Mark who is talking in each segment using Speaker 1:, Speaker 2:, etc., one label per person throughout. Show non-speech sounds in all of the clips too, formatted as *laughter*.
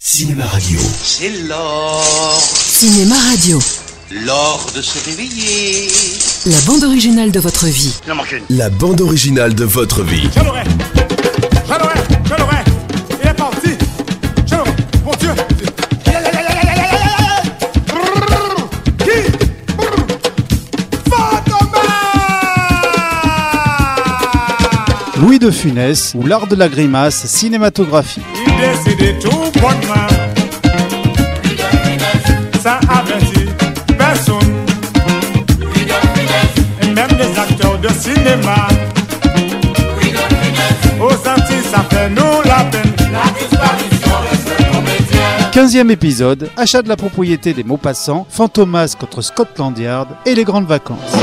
Speaker 1: Cinéma Radio.
Speaker 2: C'est l'or,
Speaker 3: Cinéma Radio,
Speaker 2: l'or de se réveiller.
Speaker 3: la bande originale de votre vie.
Speaker 2: Il en manque une.
Speaker 1: La bande originale de votre vie.
Speaker 4: Je l'aurai Je l'aurai Je l'aurai Il est parti Je l'aurai Mon Dieu Qui Fantomas
Speaker 5: Louis de Funès ou l'art de la grimace cinématographique.
Speaker 4: Il décide tout bonnement Sans avertir personne Et même les acteurs de cinéma Au senti ça fait nous la peine
Speaker 5: 15e épisode, achat de la propriété des Maupassants, Fantomas contre Scotland Yard et les grandes vacances.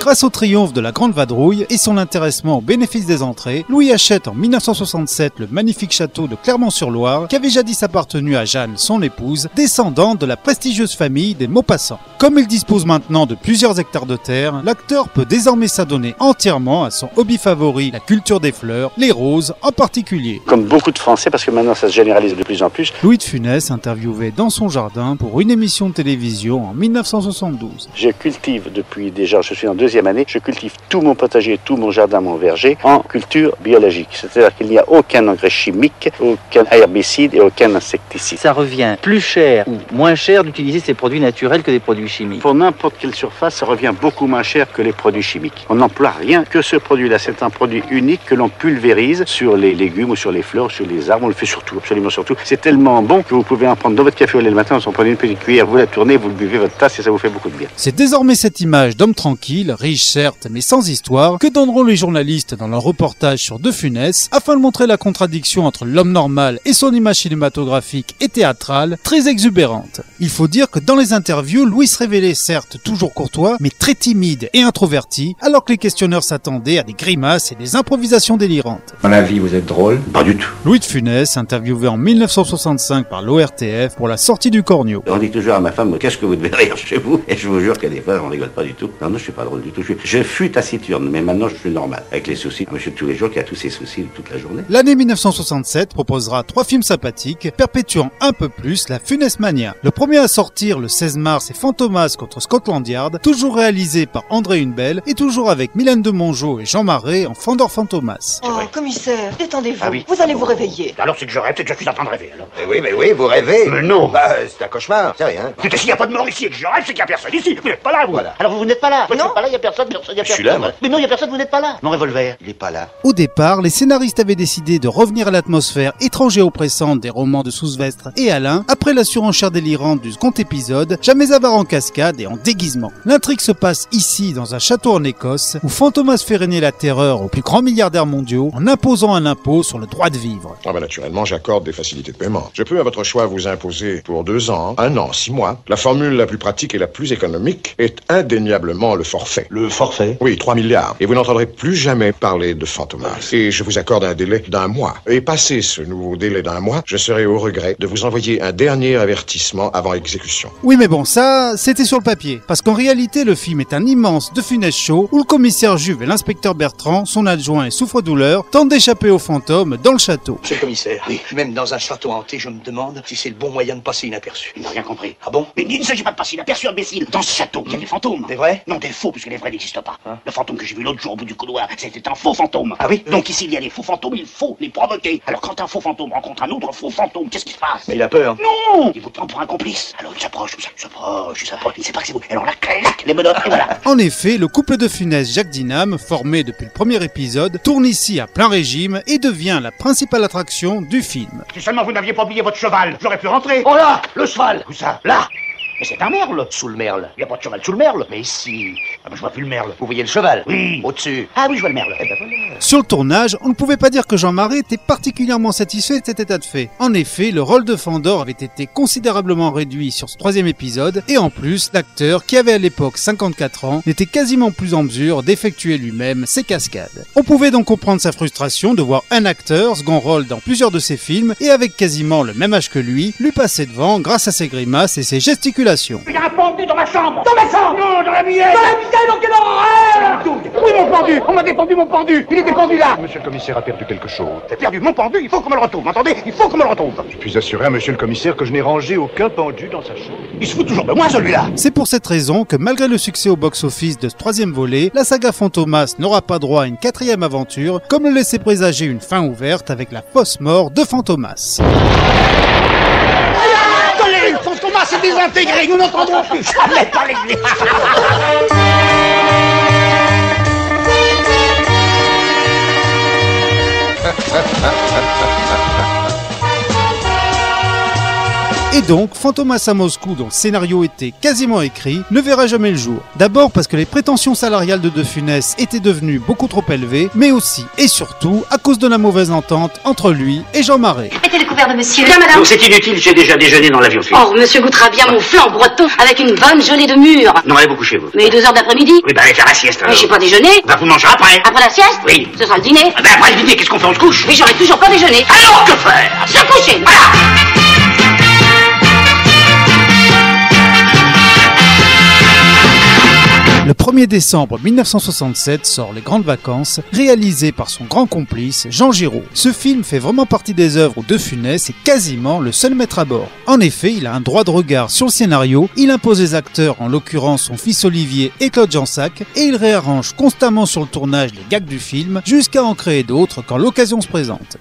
Speaker 5: Grâce au triomphe de la Grande Vadrouille et son intéressement au bénéfice des entrées, Louis achète en 1967 le magnifique château de Clermont-sur-Loire, qui avait jadis appartenu à Jeanne, son épouse, descendante de la prestigieuse famille des Maupassants. Comme il dispose maintenant de plusieurs hectares de terre, l'acteur peut désormais s'adonner entièrement à son hobby favori, la culture des fleurs, les roses en particulier.
Speaker 6: comme beaucoup de Français, parce que maintenant ça se généralise de plus en plus,
Speaker 5: Louis de Funès interviewé dans son jardin pour une émission de télévision en 1972.
Speaker 6: je cultive depuis déjà, je suis en deuxième année, je cultive tout mon potager, tout mon jardin, mon verger en culture biologique. C'est-à-dire qu'il n'y a aucun engrais chimique, aucun herbicide et aucun insecticide.
Speaker 7: ça revient plus cher ou moins cher d'utiliser ces produits naturels que des produits chimiques.
Speaker 6: Pour n'importe quelle surface, ça revient beaucoup moins cher que les produits chimiques. On n'emploie rien que ce produit-là. C'est un produit unique que l'on pulvérise sur les légumes ou sur les fleurs, sur les arbres. On le fait surtout, absolument surtout. C'est tellement bon que vous pouvez en prendre dans votre café au lait le matin, vous en prenez une petite cuillère, vous la tournez, vous le buvez votre tasse et ça vous fait beaucoup de bien.
Speaker 5: C'est désormais cette image d'homme tranquille, riche certes, mais sans histoire, que donneront les journalistes dans leur reportage sur De Funès, afin de montrer la contradiction entre l'homme normal et son image cinématographique et théâtrale, très exubérante. Il faut dire que dans les interviews, Louis se révélait certes toujours courtois, mais très timide et introverti, alors que les questionneurs s'attendaient à des grimaces et des improvisations délirantes.
Speaker 8: Dans la vie, vous êtes drôle Pas du tout.
Speaker 5: Louis de Funès, interviewé en 1965 par l'ORTF pour la sortie du Cornio.
Speaker 8: On dit toujours à Ah, ma femme, qu'est-ce que vous devez *laughs* rire chez vous Et je vous jure qu'à des fois, on rigole pas du tout. Non, non, je suis pas drôle du tout. Je, suis- je fus taciturne, mais maintenant, je suis normal. Avec les soucis, monsieur de tous les jours qui a tous ses soucis toute la journée.
Speaker 5: L'année 1967 proposera trois films sympathiques, perpétuant un peu plus la funeste mania. Le premier à sortir le 16 mars est Fantomas contre Scotland Yard, toujours réalisé par André Hunebelle et toujours avec Mylène de Mongeau et Jean Marais en Fandor Fantomas.
Speaker 9: Oh, commissaire, détendez-vous.
Speaker 8: Ah oui.
Speaker 9: Vous allez vous réveiller.
Speaker 2: Alors c'est que je rêve, c'est que je suis en train de rêver. Alors.
Speaker 10: Eh oui, mais oui, vous rêvez.
Speaker 2: Mais non.
Speaker 10: Bah, euh, c'est un cauchemar, c'est rien.
Speaker 2: C'est que s'il n'y a pas de mort ici et que je rêve, c'est qu'il n'y a personne ici. Vous n'êtes pas là, vous.
Speaker 10: Voilà.
Speaker 7: Alors vous, vous n'êtes pas là
Speaker 9: Moi, je Non. suis
Speaker 7: pas là, il n'y a personne, personne, il n'y a
Speaker 10: Je suis personne. là, moi.
Speaker 7: Mais non, il n'y a personne, vous n'êtes pas là Mon revolver.
Speaker 10: Il est pas là.
Speaker 5: Au départ, les scénaristes avaient décidé de revenir à l'atmosphère étrange et oppressante des romans de Sousvestre et Alain après la surenchère délirante du second épisode, jamais avare en cascade et en déguisement. L'intrigue se passe ici, dans un château en Écosse, où Fantomas fait régner la terreur aux plus grands milliardaires mondiaux en imposant un impôt sur le droit de vivre.
Speaker 11: Ah ben naturellement, j'accorde des facilités de paiement. Je peux à votre choix vous imposer pour deux ans, un an, six mois. La formule la plus pratique et la plus économique est indéniablement le forfait.
Speaker 8: Le forfait
Speaker 11: Oui, 3 milliards. Et vous n'entendrez plus jamais parler de Fantomas. Et je vous accorde un délai d'un mois. Et passé ce nouveau délai d'un mois, je serai au regret de vous envoyer un dernier avertissement avant exécution.
Speaker 5: Oui mais bon, ça, c'était sur le papier. Parce qu'en réalité, le film est un immense de funeste show où le commissaire Juve et l'inspecteur Bertrand, son adjoint et souffre-douleur, tentent d'échapper aux fantômes dans le château.
Speaker 2: Monsieur le commissaire, même dans un château hanté, je me demande si c'est le bon moyen de passer inaperçu. Il n'a rien compris. Ah bon Mais il ne s'agit pas de passer inaperçu, imbécile. Dans ce château, il y a des fantômes.
Speaker 10: Des vrais
Speaker 2: Non, des faux, puisque les vrais n'existent pas. Le fantôme que j'ai vu l'autre jour au bout du couloir, c'était un faux fantôme.
Speaker 10: Ah oui
Speaker 2: Donc ici, il y a des faux fantômes, il faut les provoquer. Alors quand un faux fantôme rencontre un autre faux fantôme, qu'est-ce qui se passe
Speaker 10: Mais il a peur.
Speaker 2: Non Il vous prend pour un complice. Alors il s'approche, il s'approche, il s'approche. Il ne sait pas que c'est vous. Alors là, clac, les menottes, et voilà.
Speaker 5: En effet, le couple de Funès Jacques Dinam, formé depuis le premier épisode, tourne ici à plein régime et devient la principale attraction du film.
Speaker 2: Si seulement vous n'aviez pas oublié votre cheval, j'aurais pu rentrer. Oh là Le cheval Où ça Là Mais c'est un merle
Speaker 10: Sous le merle.
Speaker 2: Il n'y a pas de cheval sous le merle
Speaker 10: Mais si.
Speaker 2: Ah ben je vois plus le merle.
Speaker 10: Vous voyez le cheval
Speaker 2: Oui.
Speaker 10: Au-dessus.
Speaker 2: Ah oui, je vois le merle.
Speaker 10: Eh ben voilà.
Speaker 5: Sur le tournage, on ne pouvait pas dire que Jean Marais était particulièrement satisfait de cet état de fait. En effet, le rôle de Fandor avait été considérablement réduit sur ce troisième épisode, et en plus, l'acteur, qui avait à l'époque 54 ans, n'était quasiment plus en mesure d'effectuer lui-même ses cascades. On pouvait donc comprendre sa frustration de voir un acteur, second rôle dans plusieurs de ses films, et avec quasiment le même âge que lui, lui passer devant grâce à ses grimaces et ses gesticulations.
Speaker 2: Il y a un pendu dans ma chambre Dans ma chambre Non, dans la mienne Dans la mienne, oh quelle horreur pendu On m'a dépendu mon pendu Il était pendu là
Speaker 12: Monsieur le commissaire a perdu quelque chose.
Speaker 2: J'ai perdu mon pendu, il faut qu'on me le retrouve, m'entendez Il faut qu'on me le retrouve
Speaker 12: Je puis assurer à monsieur le commissaire que je n'ai rangé aucun pendu dans sa chambre.
Speaker 2: Il se fout toujours de moi, celui-là
Speaker 5: C'est pour cette raison que malgré le succès au box-office de ce troisième volet, la saga Fantomas n'aura pas droit à une quatrième aventure, comme le laissait présager une fin ouverte avec la fausse mort de Fantomas.
Speaker 2: Attendez, Fantomas s'est désintégré, nous n'entendrons plus jamais parler de lui
Speaker 5: Et donc, Fantomas à Moscou, dont le scénario était quasiment écrit, ne verra jamais le jour. D'abord parce que les prétentions salariales de De Funès étaient devenues beaucoup trop élevées, mais aussi et surtout à cause de la mauvaise entente entre lui et Jean Marais.
Speaker 13: Mettez le couvert de monsieur. Bien, madame.
Speaker 2: Donc c'est inutile, j'ai déjà déjeuné dans l'avion
Speaker 13: Or, monsieur goûtera bien mon flan breton avec une bonne gelée de mûre.
Speaker 2: Non, allez beaucoup chez vous.
Speaker 13: Mais deux heures d'après-midi
Speaker 2: Oui, bah allez faire la sieste.
Speaker 13: Mais j'ai pas déjeuné.
Speaker 2: Bah vous mangez après.
Speaker 13: Après la sieste
Speaker 2: Oui.
Speaker 13: Ce sera le dîner.
Speaker 2: Ah, bah après le dîner, qu'est-ce qu'on fait On se couche
Speaker 13: Mais j'aurai toujours pas déjeuné.
Speaker 2: Alors que faire
Speaker 13: Se coucher. Voilà.
Speaker 5: Le 1er décembre 1967 sort Les Grandes Vacances, réalisé par son grand complice Jean Giraud. Ce film fait vraiment partie des œuvres où De Funès est quasiment le seul maître à bord. En effet, il a un droit de regard sur le scénario, il impose les acteurs, en l'occurrence son fils Olivier et Claude Jansac, et il réarrange constamment sur le tournage les gags du film jusqu'à en créer d'autres quand l'occasion se présente.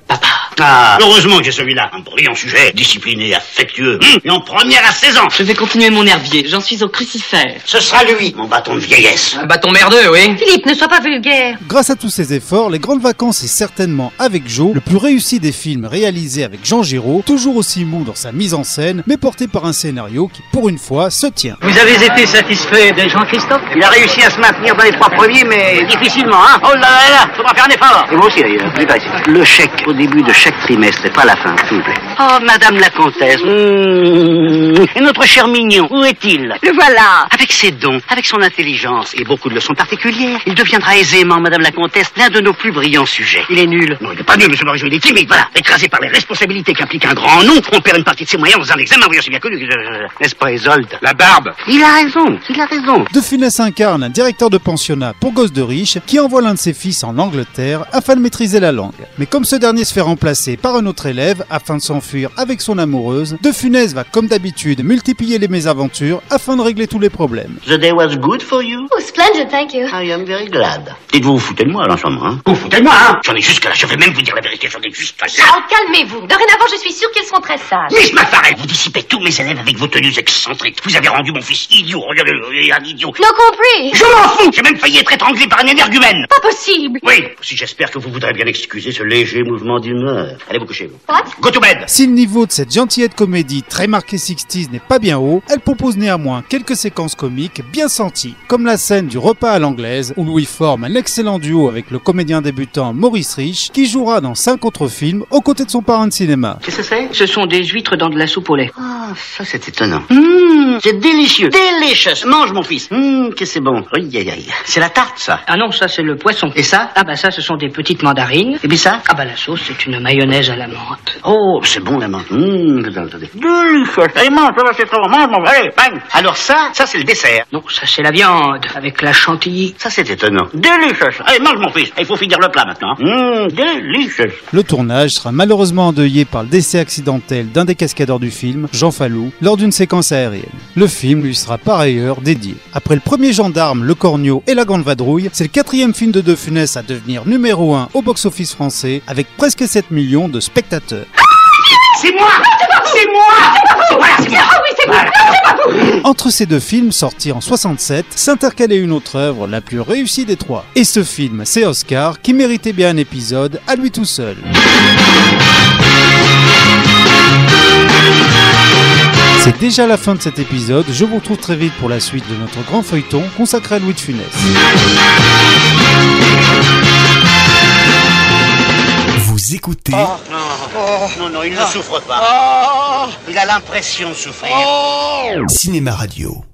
Speaker 2: Ah, heureusement que j'ai celui-là. Un brillant sujet, discipliné, affectueux. Hum, et en première à 16 ans.
Speaker 14: Je vais continuer mon herbier, j'en suis au crucifère.
Speaker 2: Ce sera lui, mon bâton de vieillesse.
Speaker 14: Un bâton merdeux, oui.
Speaker 13: Philippe, ne sois pas vulgaire.
Speaker 5: Grâce à tous ses efforts, Les Grandes Vacances est certainement, avec Joe, le plus réussi des films réalisés avec Jean Giraud, toujours aussi mou dans sa mise en scène, mais porté par un scénario qui, pour une fois, se tient.
Speaker 2: Vous avez été satisfait de Jean-Christophe Il a réussi à se maintenir dans les trois premiers, mais difficilement, hein. Oh là là là, faudra faire un effort. Et moi aussi, d'ailleurs, plus facile. Le chèque au début de chaque trimestre, et pas à la fin, s'il vous plaît. Oh, madame la comtesse. Mmh. Et notre cher mignon, où est-il Le voilà. Avec ses dons, avec son intelligence et beaucoup de leçons particulières, il deviendra aisément, madame la comtesse, l'un de nos plus brillants sujets. Il est nul. Non, il n'est pas nul, monsieur Barrigeau, il est timide, voilà. Écrasé par les responsabilités qu'implique un grand nom, on perd une partie de ses moyens en faisant l'examen, oui, c'est bien connu. Euh, N'est-ce pas, Isolde La barbe. Il a raison, il a raison.
Speaker 5: De Funès incarne un directeur de pensionnat pour gosses de riches qui envoie l'un de ses fils en Angleterre afin de maîtriser la langue. Mais comme ce dernier se fait remplacer par un autre élève afin de s'enfuir avec son amoureuse, De Funès va comme d'habitude multiplier les mésaventures afin de régler tous les problèmes.
Speaker 2: The day was good for you.
Speaker 15: Oh, splendid, thank you.
Speaker 2: I am very glad. Dites-vous, vous foutez de moi, là, en ce moment, hein Vous foutez de moi, hein J'en ai jusque là, je vais même vous dire la vérité, j'en ai jusque là.
Speaker 15: Oh, calmez-vous. Dorénavant, je suis sûre qu'ils seront très sages.
Speaker 2: Miss McFarrell, vous dissipez tous mes élèves avec vos tenues excentriques. Vous avez rendu mon fils idiot, regardez, regardez, un idiot.
Speaker 15: Non compris.
Speaker 2: Je m'en fous J'ai même failli être étranglé par un énergumène
Speaker 15: Pas possible.
Speaker 2: Oui, si j'espère que vous voudrez bien excuser ce léger mouvement d'humeur. Allez vous coucher, vous.
Speaker 15: What
Speaker 2: Go to bed
Speaker 5: Si le niveau de cette gentillette comédie très marquée 60s n'est pas bien haut, elle propose néanmoins quelques séquences comiques bien senties, comme la scène du repas à l'anglaise où Louis forme un excellent duo avec le comédien débutant Maurice Rich qui jouera dans cinq autres films aux côtés de son parrain de cinéma.
Speaker 14: Qu'est-ce que c'est Ce sont des huîtres dans de la soupe au lait.
Speaker 2: Ah, ça c'est étonnant. Mmh, c'est délicieux. Délicieux. Mange mon fils. Mmh, que c'est bon. Aïe, aïe, aïe. C'est la tarte ça.
Speaker 14: Ah non, ça c'est le poisson.
Speaker 2: Et ça
Speaker 14: Ah bah ça, ce sont des petites mandarines.
Speaker 2: Et puis ça
Speaker 14: Ah bah la sauce, c'est une mayonnaise à la menthe.
Speaker 2: Oh, c'est bon la menthe. Mmh, attendez. Délicieux. Allez, mange, ça va, c'est trop bon. Mange, mange. Allez, bang. Alors ça, ça c'est le dessert.
Speaker 14: Non, ça c'est la viande avec la chantilly.
Speaker 2: Ça c'est étonnant. Délicieux. Allez, mange mon fils. Il faut finir le plat maintenant. Mmh, délicieux.
Speaker 5: Le tournage sera malheureusement endeuillé par le décès accidentel d'un des cascadeurs du film, Jean Fallou, lors d'une séquence aérienne. Le film lui sera par ailleurs dédié. Après le premier gendarme, Le Cornio et La Grande Vadrouille, c'est le quatrième film de De Funès à devenir numéro 1 au box-office français avec presque 7 millions de spectateurs.
Speaker 2: C'est moi C'est moi Voilà, c'est moi
Speaker 15: Ah oui, c'est vous. Non, c'est pas vous.
Speaker 5: *coughs* Entre ces deux films sortis en 67, s'intercalait une autre œuvre la plus réussie des trois. Et ce film, c'est Oscar, qui méritait bien un épisode à lui tout seul. C'est déjà la fin de cet épisode, je vous retrouve très vite pour la suite de notre grand feuilleton consacré à Louis de Funès.
Speaker 1: Vous écoutez
Speaker 2: Oh, non, non, non, il ne souffre pas. Il a l'impression de souffrir.
Speaker 1: Cinéma Radio.